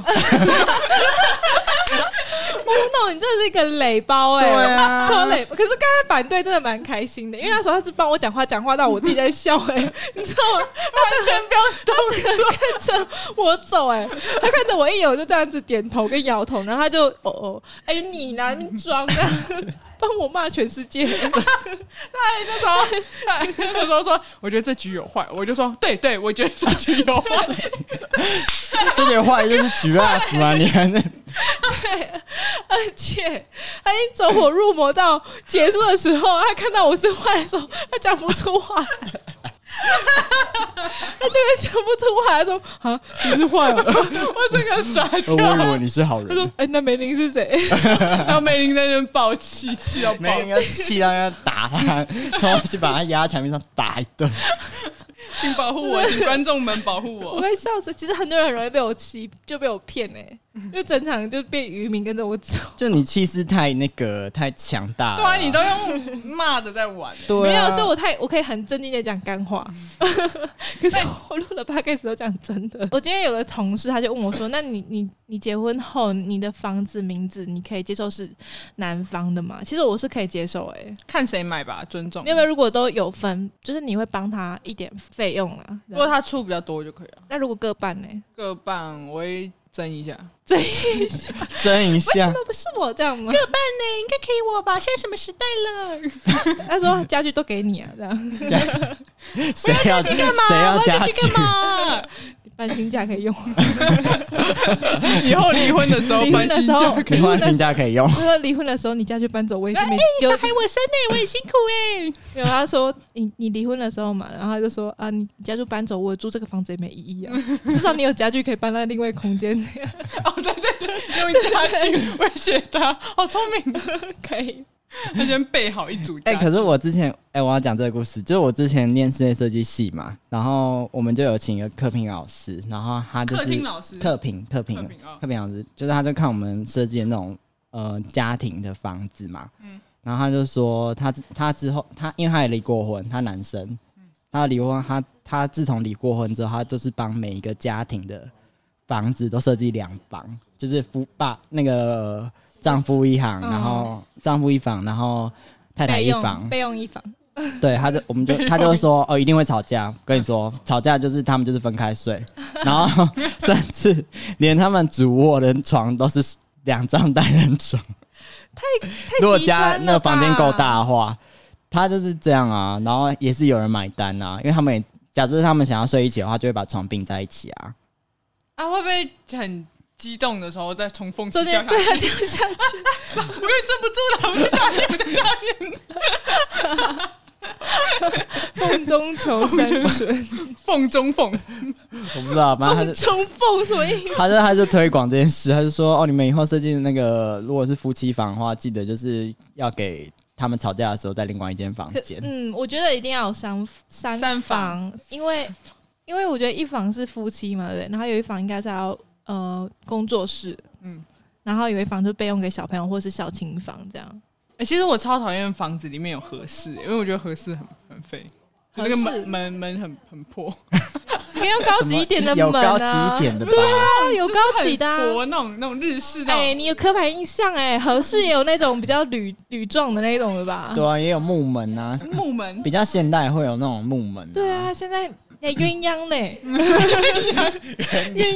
[SPEAKER 3] Uno 你真的是一个累包哎、
[SPEAKER 2] 对啊
[SPEAKER 3] 超累。可是刚才反对真的蛮开心的，因为那时候他是帮我讲话，讲话到我自己在笑哎、 (laughs) 你知道吗？
[SPEAKER 1] 完全不要
[SPEAKER 3] 他整个看着我走、哎，他看着我一眼，我就这样子点头跟摇头，然后他就哦哦，哎、你拿你装啊，帮我骂全世界，
[SPEAKER 1] 哎，那时候，哎 (laughs) 那时候说，我觉得这局有坏，我就说，对对，我觉得这局有坏。
[SPEAKER 2] (laughs)
[SPEAKER 1] (laughs)
[SPEAKER 2] 这句话就是举 up 啊！你看这
[SPEAKER 3] 而且他已经走火入魔到结束的时候，他看到我是坏的时候，他讲不出话来。他这个讲不出话来，说啊，你是坏了。
[SPEAKER 1] 我整个傻
[SPEAKER 2] 我
[SPEAKER 1] 掉，
[SPEAKER 2] 以为你是好
[SPEAKER 3] 他
[SPEAKER 2] (laughs)
[SPEAKER 3] 说
[SPEAKER 2] 人，：“
[SPEAKER 3] 哎、那梅林是谁？ (laughs)
[SPEAKER 1] 然后梅林在那边爆气，气到爆
[SPEAKER 2] (laughs) 梅。林要气到要打他，冲过去把他压在墙壁上打一顿。
[SPEAKER 1] 请保护我，请观众们保护
[SPEAKER 3] 我
[SPEAKER 1] (laughs) 我。
[SPEAKER 3] 会笑死。其实很多人很容易被我欺，就被我骗哎、就整场就被渔民跟着我走。
[SPEAKER 2] 就你气势太那个太强大了，
[SPEAKER 1] 对啊，你都用骂的在玩、欸，
[SPEAKER 2] 对
[SPEAKER 3] 没
[SPEAKER 2] 啊
[SPEAKER 3] 有，是我太我可以很正经的讲干话，可是我录了八 case 都讲真的。嗯我今天有个同事，他就问我说：“那你你你结婚后，你的房子名字你可以接受是男方的吗？”其实我是可以接受、欸，
[SPEAKER 1] 看谁买吧，尊重。
[SPEAKER 3] 因为如果都有分，就是你会帮他一点费用啊。
[SPEAKER 1] 如果他出比较多就可以了，
[SPEAKER 3] 那如果各半呢？
[SPEAKER 1] 各半我会争一下。
[SPEAKER 2] 争一下，
[SPEAKER 3] 那不是我这 (laughs) 样吗？
[SPEAKER 1] 那应该可以我吧？现在什么时代了？
[SPEAKER 3] (laughs) 他说家具都给你啊，这样
[SPEAKER 2] (laughs) 谁要 (laughs) 谁要家具？
[SPEAKER 1] 嘛？
[SPEAKER 3] 搬新家可 (laughs) 以用。
[SPEAKER 1] 以后离婚的时候
[SPEAKER 3] 离
[SPEAKER 1] 搬
[SPEAKER 3] 婚的
[SPEAKER 1] 新
[SPEAKER 3] 时
[SPEAKER 1] 家
[SPEAKER 3] 候，
[SPEAKER 2] 你换新家可以用，
[SPEAKER 3] 他说离婚的时候你家具搬走，我也是没丢。
[SPEAKER 1] 孩我生呢，我很辛苦哎。
[SPEAKER 3] 没有，他说你你离婚的时候嘛，然后他就说啊，你你家具搬走，我住这个房子也没意 (laughs) 义啊，至少你有家具可以搬到另外一个空间，
[SPEAKER 1] 哦，对对对，用家 (laughs) 具威胁他，好聪明，
[SPEAKER 3] 可以。
[SPEAKER 1] 他先备好一组家
[SPEAKER 2] 哎、
[SPEAKER 1] 具。
[SPEAKER 2] 可是我之前，哎、我要讲这个故事，就是我之前念室内设计系嘛，然后我们就有请一个客评老师，然后他就是
[SPEAKER 1] 客厅老师
[SPEAKER 2] 特评特评
[SPEAKER 1] 特评啊
[SPEAKER 2] 特评老师，就是他就看我们设计的那种呃家庭的房子嘛，然后他就说他他之后他因为他也离过婚，他男生，他离过婚，他他自从离过婚之后，他就是帮每一个家庭的房子都设计两房，就是夫爸那个丈夫一行，
[SPEAKER 3] 嗯
[SPEAKER 2] 然后丈夫一房，然后太太
[SPEAKER 3] 备
[SPEAKER 2] 一
[SPEAKER 3] 用
[SPEAKER 2] 房，
[SPEAKER 3] 备用一房，
[SPEAKER 2] 对，他就我们就
[SPEAKER 3] (laughs)
[SPEAKER 2] 他就说哦，一定会吵架。跟你说，吵架就是他们就是分开
[SPEAKER 3] (laughs)
[SPEAKER 2] 睡，然后甚至连他们主卧的床都是两张单人床。
[SPEAKER 3] 太
[SPEAKER 2] 如果
[SPEAKER 3] 极
[SPEAKER 2] 家
[SPEAKER 3] 端
[SPEAKER 2] 那
[SPEAKER 3] 了
[SPEAKER 2] 个房间够
[SPEAKER 3] 吧
[SPEAKER 2] 大的话，他就是这样啊。然后也是有人买单啊，因为他们也假设他们想要睡一起的话，就会把床并在一起啊。
[SPEAKER 1] 啊，会不会很激动的时候再从缝隙
[SPEAKER 3] 中
[SPEAKER 1] 掉
[SPEAKER 3] (laughs)
[SPEAKER 1] 下
[SPEAKER 3] 间对
[SPEAKER 1] 去？
[SPEAKER 3] 啊掉下去，
[SPEAKER 1] 我也撑不住了，我在下面，我在下面，
[SPEAKER 3] 缝中
[SPEAKER 2] (laughs)
[SPEAKER 3] 求生存，
[SPEAKER 1] 缝中缝。
[SPEAKER 2] 我不知
[SPEAKER 3] (laughs)
[SPEAKER 2] 道，反正他就
[SPEAKER 3] 缝中缝什么意思？
[SPEAKER 2] 他就他就推广这件事，他就说哦，你们以后设计的那个如果是夫妻房的话，记得就是要给他们吵架的时候在另外一间房
[SPEAKER 3] 可
[SPEAKER 2] 间。
[SPEAKER 3] 嗯，我觉得一定要有三三
[SPEAKER 1] 三
[SPEAKER 3] 房，因为因为我觉得一房是夫妻嘛，对不对？然后有一房应该是要呃工作室，
[SPEAKER 1] 嗯
[SPEAKER 3] 嗯，然后有一房就备用给小朋友或是小情房这样。
[SPEAKER 1] 哎、其实我超讨厌房子里面有合适、因为我觉得合适很很废，就那个
[SPEAKER 3] 合适
[SPEAKER 1] 门门门很很破，
[SPEAKER 3] 你可以用高级一点的门、
[SPEAKER 2] 有
[SPEAKER 3] 啊，
[SPEAKER 2] 高级一点的吧？
[SPEAKER 3] 啊，有高级的、
[SPEAKER 1] 就是很
[SPEAKER 3] 啊。
[SPEAKER 1] 薄那种那种日式那
[SPEAKER 3] 哎、
[SPEAKER 1] 种。
[SPEAKER 3] 你有刻板印象哎、合适也有那种比较铝铝状的那种的吧？
[SPEAKER 2] 对啊，也有木门啊，
[SPEAKER 1] 木门
[SPEAKER 2] 比较现代会有那种木门、
[SPEAKER 3] 对，啊，现在哎鸳鸯
[SPEAKER 1] (laughs)
[SPEAKER 3] 嘞， (laughs) 鸳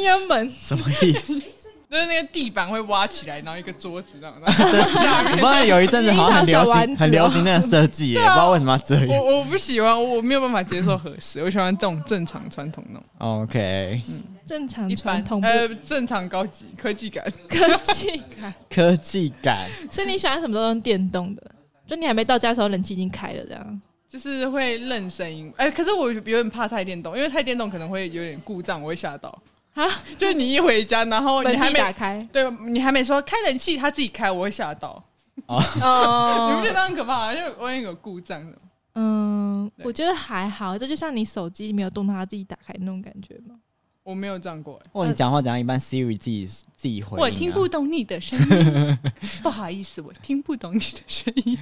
[SPEAKER 3] 鸯门，
[SPEAKER 2] 什么意思？
[SPEAKER 3] (laughs)
[SPEAKER 1] 就是那个地板会挖起来，然后一个桌子这 (laughs) 样。然后
[SPEAKER 3] 啊
[SPEAKER 2] 我不然有一阵子好像很流
[SPEAKER 3] 樱桃小丸子
[SPEAKER 2] 行，
[SPEAKER 3] (laughs) 哦
[SPEAKER 2] 很流行那个设计耶，
[SPEAKER 3] 啊
[SPEAKER 2] 不知道为什么要这样。
[SPEAKER 1] 我我不喜欢，我我没有办法接受合适，我喜欢这种正常传统那种，
[SPEAKER 2] OK，
[SPEAKER 3] 正常
[SPEAKER 1] 一
[SPEAKER 3] 传
[SPEAKER 1] 般
[SPEAKER 3] 统不
[SPEAKER 1] 呃正常高级科技感。
[SPEAKER 3] 科技
[SPEAKER 1] (laughs)
[SPEAKER 3] 感。
[SPEAKER 2] 科技感，
[SPEAKER 3] 所以你喜欢什么都用电动的，就你还没到家的时候，冷气已经开了，这样
[SPEAKER 1] 就是会认声音，哎、可是我有点怕太电动，因为太电动可能会有点故障，我会吓到。
[SPEAKER 3] 啊，
[SPEAKER 1] 就是你一回家，然后
[SPEAKER 3] 冷
[SPEAKER 1] 哦你还
[SPEAKER 3] 气
[SPEAKER 1] 没
[SPEAKER 3] 打
[SPEAKER 1] (laughs)
[SPEAKER 3] 开
[SPEAKER 1] 对你还没说开冷气，他自己开，我会吓到。你
[SPEAKER 3] 哦
[SPEAKER 1] 不觉，得很可怕吗？就万一有故障什么？
[SPEAKER 3] 嗯，
[SPEAKER 1] 对
[SPEAKER 3] 我觉得还好，这就像你手机没有动它，它自己打开那种感觉嘛。
[SPEAKER 1] 我没有这样过、欸。
[SPEAKER 2] 或者你讲话讲到一半，Siri 自己自己回应、啊。
[SPEAKER 1] 我听不，懂你的声音， (laughs) 不好意思，我听不懂你的声音，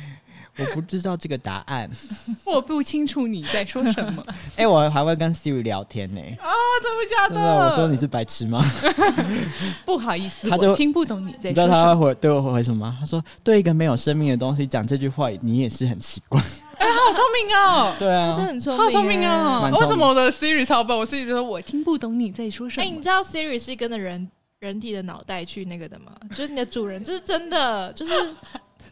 [SPEAKER 2] 我不知道这个答案。 (laughs)
[SPEAKER 1] 我不清楚你在说什 (laughs) 么。
[SPEAKER 2] 哎、我还会跟 Siri 聊天呢、
[SPEAKER 1] 啊，真的假
[SPEAKER 2] 真
[SPEAKER 1] 的？
[SPEAKER 2] 的，我说你是白痴吗？
[SPEAKER 1] 不好意思，
[SPEAKER 2] 他就
[SPEAKER 1] 我听不懂你在
[SPEAKER 2] 你知
[SPEAKER 1] 说
[SPEAKER 2] 道
[SPEAKER 1] 什
[SPEAKER 2] 他
[SPEAKER 1] 么。
[SPEAKER 2] 会回对我回什么吗？他说：“对一个没有生命的东西讲这句话，你也是很奇
[SPEAKER 3] (laughs)
[SPEAKER 2] 怪。
[SPEAKER 1] 哎、他好聪明哦”！
[SPEAKER 2] 对啊，
[SPEAKER 3] 这很聪明、
[SPEAKER 1] 好聪明哦！
[SPEAKER 2] 蛮聪
[SPEAKER 1] 为
[SPEAKER 2] 明
[SPEAKER 1] 什么我的 Siri 超笨？我 Siri 就说我听不懂你在说什
[SPEAKER 3] 哎、
[SPEAKER 1] 么。
[SPEAKER 3] 你知道 Siri 是跟着人人体的脑袋去那个的吗？就是你的主人，这是真
[SPEAKER 1] (laughs)
[SPEAKER 3] 的，就是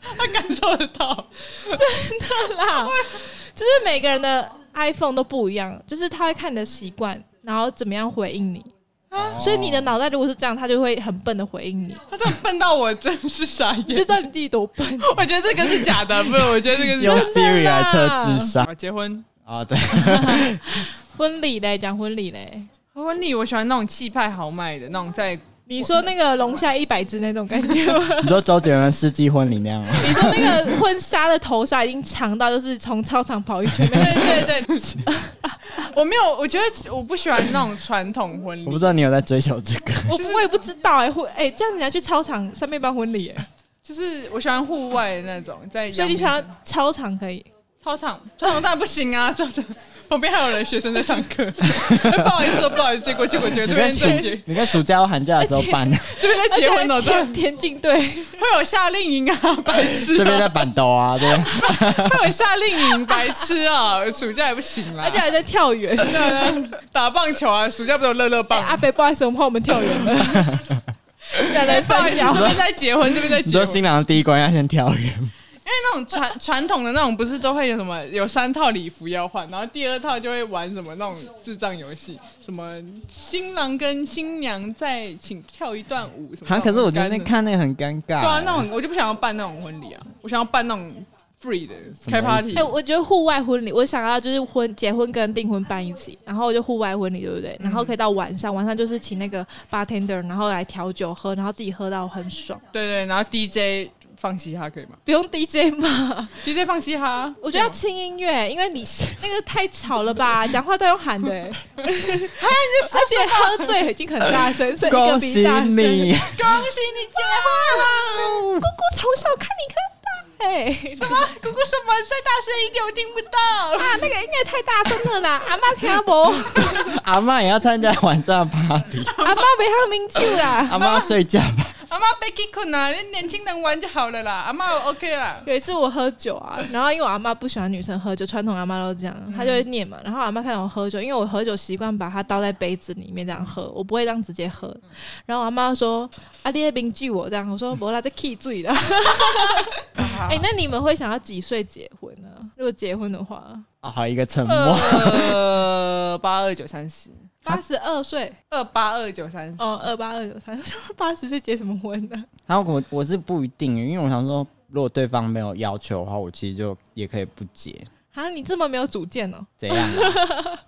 [SPEAKER 1] 他感受得到，
[SPEAKER 3] 啦，就是每个人的 iPhone 都不一样，就是他会看你的习惯，然后怎么样回应你。
[SPEAKER 1] 啊
[SPEAKER 3] 所以你的脑袋如果是这样，他就会很笨的回应你，
[SPEAKER 1] 他真的笨到我真是傻
[SPEAKER 3] 你就
[SPEAKER 1] 眼。
[SPEAKER 3] 知道你自己
[SPEAKER 1] (laughs)
[SPEAKER 3] 多笨。
[SPEAKER 1] 我觉得这个是假的， (laughs) 不是？我觉得这个
[SPEAKER 2] 用
[SPEAKER 1] 是
[SPEAKER 2] Siri 来测智商
[SPEAKER 1] 好结婚。
[SPEAKER 2] 啊， (laughs) 对，
[SPEAKER 3] 婚礼嘞，讲婚礼嘞，
[SPEAKER 1] 婚礼我喜欢那种气派豪迈的那种，在
[SPEAKER 3] 你说那个龙虾一百只那种感觉吗？ (laughs)
[SPEAKER 2] 你说周杰伦世纪婚礼那样吗？
[SPEAKER 3] 你说那个婚纱的头纱已经长到就是从操场跑一圈，
[SPEAKER 1] 对对对， (laughs) 我没有，我觉得我不喜欢那种传统婚
[SPEAKER 2] (laughs) 我不
[SPEAKER 1] 礼，
[SPEAKER 2] 知道你有在追求这个，
[SPEAKER 1] (laughs)
[SPEAKER 3] 我
[SPEAKER 1] 就是
[SPEAKER 3] 我也不知道哎、婚哎、这样人家去操场上面办婚礼哎、
[SPEAKER 1] 就是我喜欢户外的那种，在
[SPEAKER 3] 所以你
[SPEAKER 1] 阳
[SPEAKER 3] 想
[SPEAKER 1] 明
[SPEAKER 3] 要操场可以，
[SPEAKER 1] 操场，操场当然不行啊， (laughs) 操场旁边还有人学生在上课， (laughs) 不好意思，不好意思，结果结果结果这
[SPEAKER 2] 你跟
[SPEAKER 1] 边
[SPEAKER 2] 暑
[SPEAKER 1] 在结，
[SPEAKER 2] 你跟暑假或寒假的时候办，
[SPEAKER 1] 这边在结婚
[SPEAKER 3] 而
[SPEAKER 1] 了，
[SPEAKER 3] 且
[SPEAKER 1] 这
[SPEAKER 3] 还田田径队，
[SPEAKER 1] (laughs) 会有夏令营啊， (laughs) 白痴
[SPEAKER 2] 这边
[SPEAKER 1] 啊、
[SPEAKER 2] 在板斗啊，对，
[SPEAKER 1] 会有夏令营，白痴啊，暑假也不行啦，
[SPEAKER 3] 而且还在跳远。
[SPEAKER 1] 对啊打棒球啊，暑假不是有乐乐
[SPEAKER 3] 哎
[SPEAKER 1] 棒？
[SPEAKER 3] 阿北，不好意思，我们怕我们跳远了，两人
[SPEAKER 1] 不好
[SPEAKER 3] 三
[SPEAKER 1] 意思，
[SPEAKER 3] 角
[SPEAKER 1] 这。边在结婚，这边在
[SPEAKER 2] 你
[SPEAKER 1] 结
[SPEAKER 2] 说
[SPEAKER 1] 婚，因
[SPEAKER 2] 新郎的第一关要先跳远，
[SPEAKER 1] 为那种传传统的那种，不是都会有什么有三套礼服要换，然后第二套就会玩什么那种智障游戏，什么新郎跟新娘在请跳一段舞什么
[SPEAKER 2] (laughs) 啊，
[SPEAKER 1] 那种很干的。
[SPEAKER 2] 可是我觉得那看那欸个很尴尬，
[SPEAKER 1] 对啊，那种我就不想要办那种婚礼啊，我想要办那种 free 的
[SPEAKER 2] 思
[SPEAKER 1] 开 party
[SPEAKER 3] 哎、。我觉得户外婚礼，我想要就是婚结婚跟订婚办一起，然后就户外婚礼，对不对？然后可以到晚上，晚上就是请那个 bartender，然后来调酒喝，然后自己喝到很爽，
[SPEAKER 1] 对对，然后 DJ 放嘻哈可以吗
[SPEAKER 3] 不用 DJ 嘛。
[SPEAKER 1] ？DJ 放嘻哈，
[SPEAKER 3] 我觉得要轻音乐，因为你那个太吵了吧，讲话都用喊的、欸，而且喝醉已经很大声，所以一个
[SPEAKER 2] 恭
[SPEAKER 3] 比一
[SPEAKER 2] 喜
[SPEAKER 3] 大声。
[SPEAKER 2] 你，
[SPEAKER 1] 对恭喜你结婚
[SPEAKER 3] 姑姑从小看你看大，
[SPEAKER 1] (laughs)
[SPEAKER 3] 哎、
[SPEAKER 1] 了！什么？姑姑什么？再大声一点，我听不到。
[SPEAKER 3] 啊，那个音乐太大声了啦，阿妈听不。
[SPEAKER 2] (laughs) 阿妈也要参加晚上的 party，
[SPEAKER 3] 阿妈袂晓啉酒啦。
[SPEAKER 2] 阿妈要睡觉吧，
[SPEAKER 1] 阿妈被 k 困啦，你年轻人玩就好了啦。阿妈我 OK 啦。
[SPEAKER 3] 有一次我喝酒啊，然后因为我阿妈不喜欢女生喝酒，传统阿妈都这样，她就会念嘛。然后阿妈看到我喝酒，因为我喝酒习惯把它倒在杯子里面这样喝，我不会这样直接喝。然后我阿妈说：“啊，你那边拒我这样。”我说：“不啦，这 key 醉啦。哎、那你们会想要几岁结婚呢、如果结婚的话，
[SPEAKER 2] 啊好一个沉默，
[SPEAKER 1] 呃，八二九三十，
[SPEAKER 3] 八十二岁
[SPEAKER 1] 二八二九三十。
[SPEAKER 3] 哦，二八二九三，八十岁结什么婚呢、
[SPEAKER 2] 然后我我是不一定，因为我想说，如果对方没有要求的话，我其实就也可以不接，
[SPEAKER 3] 啊，你这么没有主见哦、
[SPEAKER 2] 怎样啊？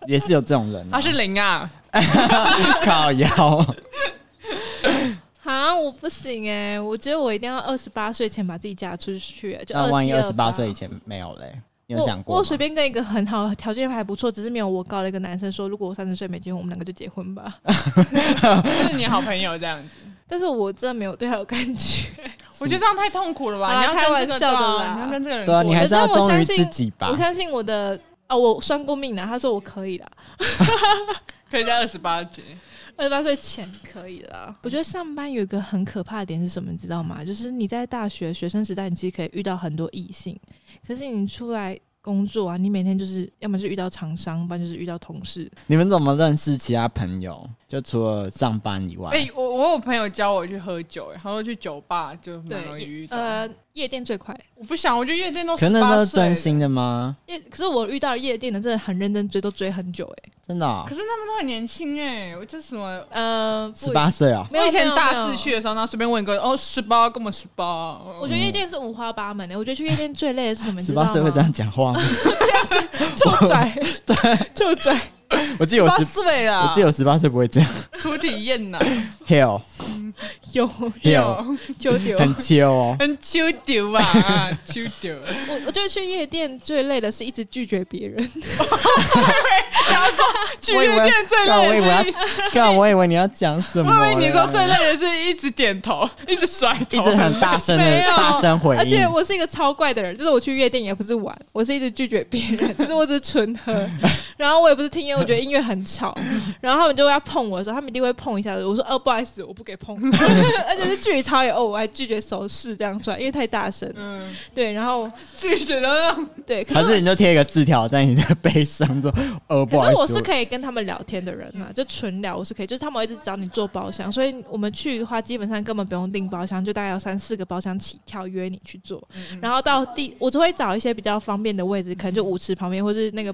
[SPEAKER 2] 也是有这种人啊
[SPEAKER 1] 他，是零啊，
[SPEAKER 2] 靠腰。
[SPEAKER 3] 啊，我不行哎、我觉得我一定要二十八岁前把自己嫁出去、欸就
[SPEAKER 2] 那万一二
[SPEAKER 3] 二
[SPEAKER 2] 十八岁以前没有嘞？你有
[SPEAKER 3] 我
[SPEAKER 2] 想过吗？
[SPEAKER 3] 我随便跟一个很好、条件还不错，只是没有我高的一个男生说，如果我三十岁没结婚，我们两个就结婚吧。 (laughs)
[SPEAKER 1] 就是你好朋友这样子。
[SPEAKER 3] 但是我真的没有对他有感觉。
[SPEAKER 1] 我觉得这样太痛苦了吧？
[SPEAKER 3] 好啦
[SPEAKER 1] 你要跟这
[SPEAKER 3] 开玩
[SPEAKER 1] 个
[SPEAKER 3] 笑的
[SPEAKER 1] 对
[SPEAKER 3] 啦
[SPEAKER 1] 啊你要跟这个人
[SPEAKER 2] 对
[SPEAKER 1] 过
[SPEAKER 2] 啊，你还是要
[SPEAKER 3] 可是我
[SPEAKER 2] 忠于
[SPEAKER 3] 相信
[SPEAKER 2] 自己吧
[SPEAKER 3] 我。相信我的哦，我算过命的，他说我可以啦，
[SPEAKER 1] 可以在二十八节。
[SPEAKER 3] 二十八岁前可以啦。我觉得上班有一个很可怕的点是什么，你知道吗？就是你在大学学生时代，你其实可以遇到很多异性，可是你出来。工作啊，你每天就是要么就遇到厂商，不然就是遇到同事。
[SPEAKER 2] 你们怎么认识其他朋友？就除了上班以外，
[SPEAKER 1] 哎、我我有朋友教我去喝酒、哎，他说去酒吧就蛮容易遇到。
[SPEAKER 3] 呃，夜店最快，
[SPEAKER 1] 我不想，我觉得夜店都
[SPEAKER 2] 可
[SPEAKER 1] 十
[SPEAKER 2] 能
[SPEAKER 1] 八
[SPEAKER 2] 都是
[SPEAKER 1] 岁
[SPEAKER 2] 真
[SPEAKER 1] 了，
[SPEAKER 2] 心的吗？
[SPEAKER 3] 夜可是我遇到的夜店的真的很认真追，都追很久哎、
[SPEAKER 2] 真的哦
[SPEAKER 1] 可，是他们都很年轻哎、我就什么。
[SPEAKER 3] 呃，不
[SPEAKER 2] 十八岁哦，
[SPEAKER 3] 没有
[SPEAKER 1] 我以前大
[SPEAKER 3] 没有
[SPEAKER 1] 四去的时候，然后随便问一个，哦，十八，跟我十八。
[SPEAKER 3] 我觉得夜店是五花八门欸的。我觉得去夜店最累的是什么？
[SPEAKER 2] 十
[SPEAKER 3] 你知道
[SPEAKER 2] 八
[SPEAKER 3] 吗？
[SPEAKER 2] 岁会这样讲话吗？
[SPEAKER 3] 臭拽，臭拽。
[SPEAKER 2] 我记
[SPEAKER 1] 十
[SPEAKER 2] 得我
[SPEAKER 1] 八
[SPEAKER 2] 十，
[SPEAKER 1] 岁
[SPEAKER 2] 我
[SPEAKER 3] 啊
[SPEAKER 1] 啦
[SPEAKER 2] 记，得我十八岁不会这样。
[SPEAKER 1] 初体验呐，
[SPEAKER 3] (laughs)
[SPEAKER 2] Hill
[SPEAKER 3] (laughs) 有
[SPEAKER 2] Hill
[SPEAKER 3] 就丢。
[SPEAKER 2] 很秋哦，
[SPEAKER 3] 哎
[SPEAKER 1] 很秋丢啊，啊秋丢，
[SPEAKER 3] 我我觉得去夜店最累的是一直拒绝别人。
[SPEAKER 1] 去
[SPEAKER 2] 我以
[SPEAKER 1] 夜
[SPEAKER 2] 为
[SPEAKER 1] 店最
[SPEAKER 2] 干我以
[SPEAKER 1] 累
[SPEAKER 2] 为
[SPEAKER 1] 的是，
[SPEAKER 2] 要，干我以为你要讲什么
[SPEAKER 1] 我
[SPEAKER 2] 嘞？
[SPEAKER 1] 以为你说最累的是一直点头， (laughs) 一直甩
[SPEAKER 2] 一
[SPEAKER 1] 头
[SPEAKER 2] 直，很大声
[SPEAKER 3] 没
[SPEAKER 2] 的
[SPEAKER 3] 有
[SPEAKER 2] 大声回
[SPEAKER 3] 而且
[SPEAKER 2] 应，
[SPEAKER 3] 我是一个超怪的人，就是我去夜店也不是玩，我是一直拒绝别人，就是我只是纯喝，然后我也不是听音乐，我觉得音乐很吵，然后他们就要碰我的时候，他们一定会碰一下的，我说呃不好意思，我不给碰， (laughs) 而且是距离超远哦，我还拒绝手势这样出来，因为太大声，
[SPEAKER 1] 嗯，
[SPEAKER 3] 对，然后
[SPEAKER 1] 拒绝的那种，
[SPEAKER 3] 对，可
[SPEAKER 2] 还
[SPEAKER 3] 是我
[SPEAKER 2] 是你就贴一个字条在你的 (laughs) 背上说，呃，不
[SPEAKER 3] 可
[SPEAKER 2] 好
[SPEAKER 3] 是
[SPEAKER 2] 意
[SPEAKER 3] 我
[SPEAKER 2] 思嗯
[SPEAKER 3] 是，可以跟他们聊天的人啊，就纯聊我是可以，就是他们会一直找你做包厢，所以我们去的话，基本上根本不用订包厢，就大概有三四个包厢起跳约你去做，
[SPEAKER 2] 嗯
[SPEAKER 3] 然后到第我就会找一些比较方便的位置，可能就舞池旁边或是那个。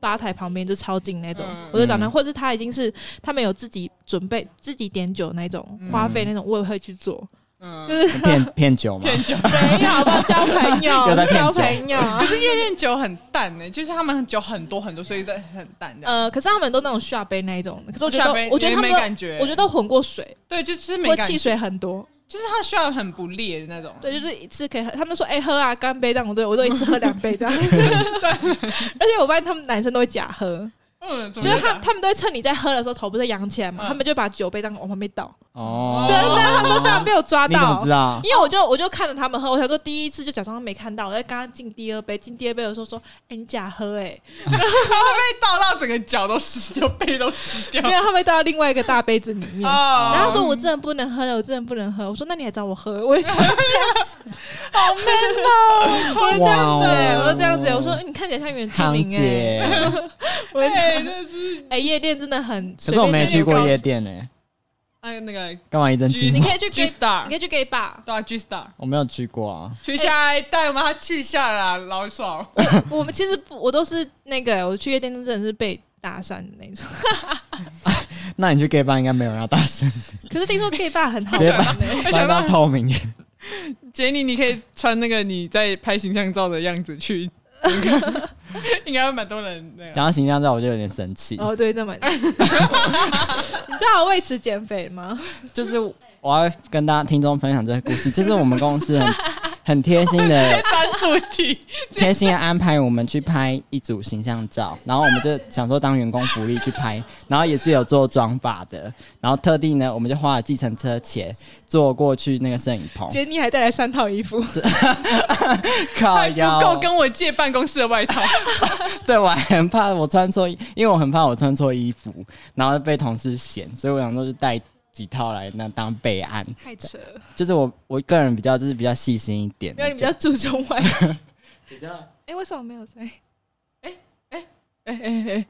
[SPEAKER 3] 吧台旁边就超近那种，
[SPEAKER 1] 嗯
[SPEAKER 3] 我就找那，或是
[SPEAKER 2] 嗯
[SPEAKER 3] 他已经是他们有自己准备、自己点酒那种花费那种，我也会去做。
[SPEAKER 1] 嗯，
[SPEAKER 2] 骗骗酒嘛，
[SPEAKER 1] 骗酒，
[SPEAKER 3] 没有，不交朋
[SPEAKER 2] (laughs) 有在
[SPEAKER 3] 友，
[SPEAKER 2] 骗
[SPEAKER 3] 交
[SPEAKER 2] 酒
[SPEAKER 3] 朋友啊
[SPEAKER 2] (laughs)
[SPEAKER 1] 可。是夜店酒很淡呢、就是他们酒很多很多，所以都很淡的。
[SPEAKER 3] 呃，可是他们都那种下杯那一种，可是呃我
[SPEAKER 2] 哦
[SPEAKER 3] 觉得
[SPEAKER 1] 下
[SPEAKER 3] 都
[SPEAKER 1] 杯，
[SPEAKER 3] 我觉得他们
[SPEAKER 1] 没
[SPEAKER 3] 都
[SPEAKER 1] 感觉，
[SPEAKER 3] 我觉得都混过水，
[SPEAKER 1] 对，就是没
[SPEAKER 3] 或
[SPEAKER 1] 感
[SPEAKER 3] 汽
[SPEAKER 1] 觉，
[SPEAKER 3] 水很多，
[SPEAKER 1] 就是它需要很不烈的那种。
[SPEAKER 3] (laughs) 对，就是一次可以喝。他们说：“哎、喝啊，干杯！”这样我都我都一次喝两杯这 (laughs) 样。而且我发现他们男生都会假喝，
[SPEAKER 1] 嗯，就
[SPEAKER 3] 就是他他们都会趁你在喝的时候头不是扬起来嘛，
[SPEAKER 1] 嗯
[SPEAKER 3] 他们就把酒杯这样往旁边倒。
[SPEAKER 2] 哦，
[SPEAKER 3] 真的，他们都这样被我抓
[SPEAKER 2] 你怎么
[SPEAKER 3] 到
[SPEAKER 2] 知。
[SPEAKER 3] (laughs)
[SPEAKER 2] 道？
[SPEAKER 3] 因为我就我就看着他们喝，我想说第一次就假装没看到，我在刚刚敬第二杯，敬第二杯的时候说：“哎、你假喝哎、 (laughs)
[SPEAKER 1] 被倒到整个脚都湿掉，背都湿掉
[SPEAKER 3] 没。有，他们倒到另外一个大杯子里面。
[SPEAKER 1] 哦
[SPEAKER 3] (laughs) 然后他说我真的不能喝了，我真的不能喝。我说那你还找我喝？我也 (laughs) 想好 man 哦！我会这样子、
[SPEAKER 2] 哇
[SPEAKER 3] 欸，
[SPEAKER 2] 哦
[SPEAKER 3] 我会这样子欸、我说你看起来像原住
[SPEAKER 2] 康
[SPEAKER 3] 民哎、欸，
[SPEAKER 2] 姐，
[SPEAKER 3] (laughs) 我会这样
[SPEAKER 1] 哎，这是
[SPEAKER 3] 哎、夜店真的很，
[SPEAKER 2] 可是我没去过夜
[SPEAKER 3] 店，
[SPEAKER 2] 店呢，
[SPEAKER 1] 哎那个
[SPEAKER 2] 干嘛一阵
[SPEAKER 1] G，
[SPEAKER 2] 寂
[SPEAKER 3] 你
[SPEAKER 2] 寞？
[SPEAKER 3] 可以去
[SPEAKER 1] G
[SPEAKER 3] gay，
[SPEAKER 1] Star，
[SPEAKER 3] 你可以去 gay bar。
[SPEAKER 1] 对啊，G Star，
[SPEAKER 2] 我没有去过啊，
[SPEAKER 1] 去下来带我们他去下啦，老爽。
[SPEAKER 3] 我们其实不，我都是那个欸、我去夜店真的是被搭讪的那种。 (laughs)
[SPEAKER 2] 那你去 gay 吧应该没有人要大声，
[SPEAKER 3] (laughs) 可是听说 gay bar 很好
[SPEAKER 2] 直接把
[SPEAKER 3] 玩、
[SPEAKER 2] (laughs)
[SPEAKER 3] 欸，
[SPEAKER 1] 而且
[SPEAKER 2] 玩到透明。
[SPEAKER 1] 杰尼，你可以穿那个你在拍形象照的样子去，应该会蛮多人
[SPEAKER 2] (laughs)
[SPEAKER 1] 那个。
[SPEAKER 2] 讲到形象照，我就有点生气，
[SPEAKER 3] 哦，对，
[SPEAKER 2] (laughs)
[SPEAKER 3] 这蛮。你知道我为此减肥吗？
[SPEAKER 2] 就是我要跟大家听众分享这个故事，就是我们公司
[SPEAKER 3] (laughs)
[SPEAKER 2] 很很贴心的
[SPEAKER 1] 单主题，
[SPEAKER 2] 贴心的安排我们去拍一组形象照，然后我们就想说当员工福利去拍，然后也是有做妆发的，然后特地呢我们就花了计程车钱坐过去那个摄影
[SPEAKER 3] (laughs)
[SPEAKER 2] 棚，
[SPEAKER 3] 杰尼还带来三套衣服，
[SPEAKER 2] 靠
[SPEAKER 1] 还
[SPEAKER 2] 腰
[SPEAKER 1] 不够跟我借办公室的外套。
[SPEAKER 2] (laughs) 对，我还很怕我穿错，因为我很怕我穿错衣服，然后被同事嫌，所以我想说就带几套来那当备案，
[SPEAKER 3] 太扯了。
[SPEAKER 2] 就是我我个人比较就是比较细心一点
[SPEAKER 3] 没有，
[SPEAKER 2] 的，
[SPEAKER 3] 你比较注重外表。
[SPEAKER 2] (laughs) 比较
[SPEAKER 3] 哎、为什么没有在？
[SPEAKER 1] 哎哎哎，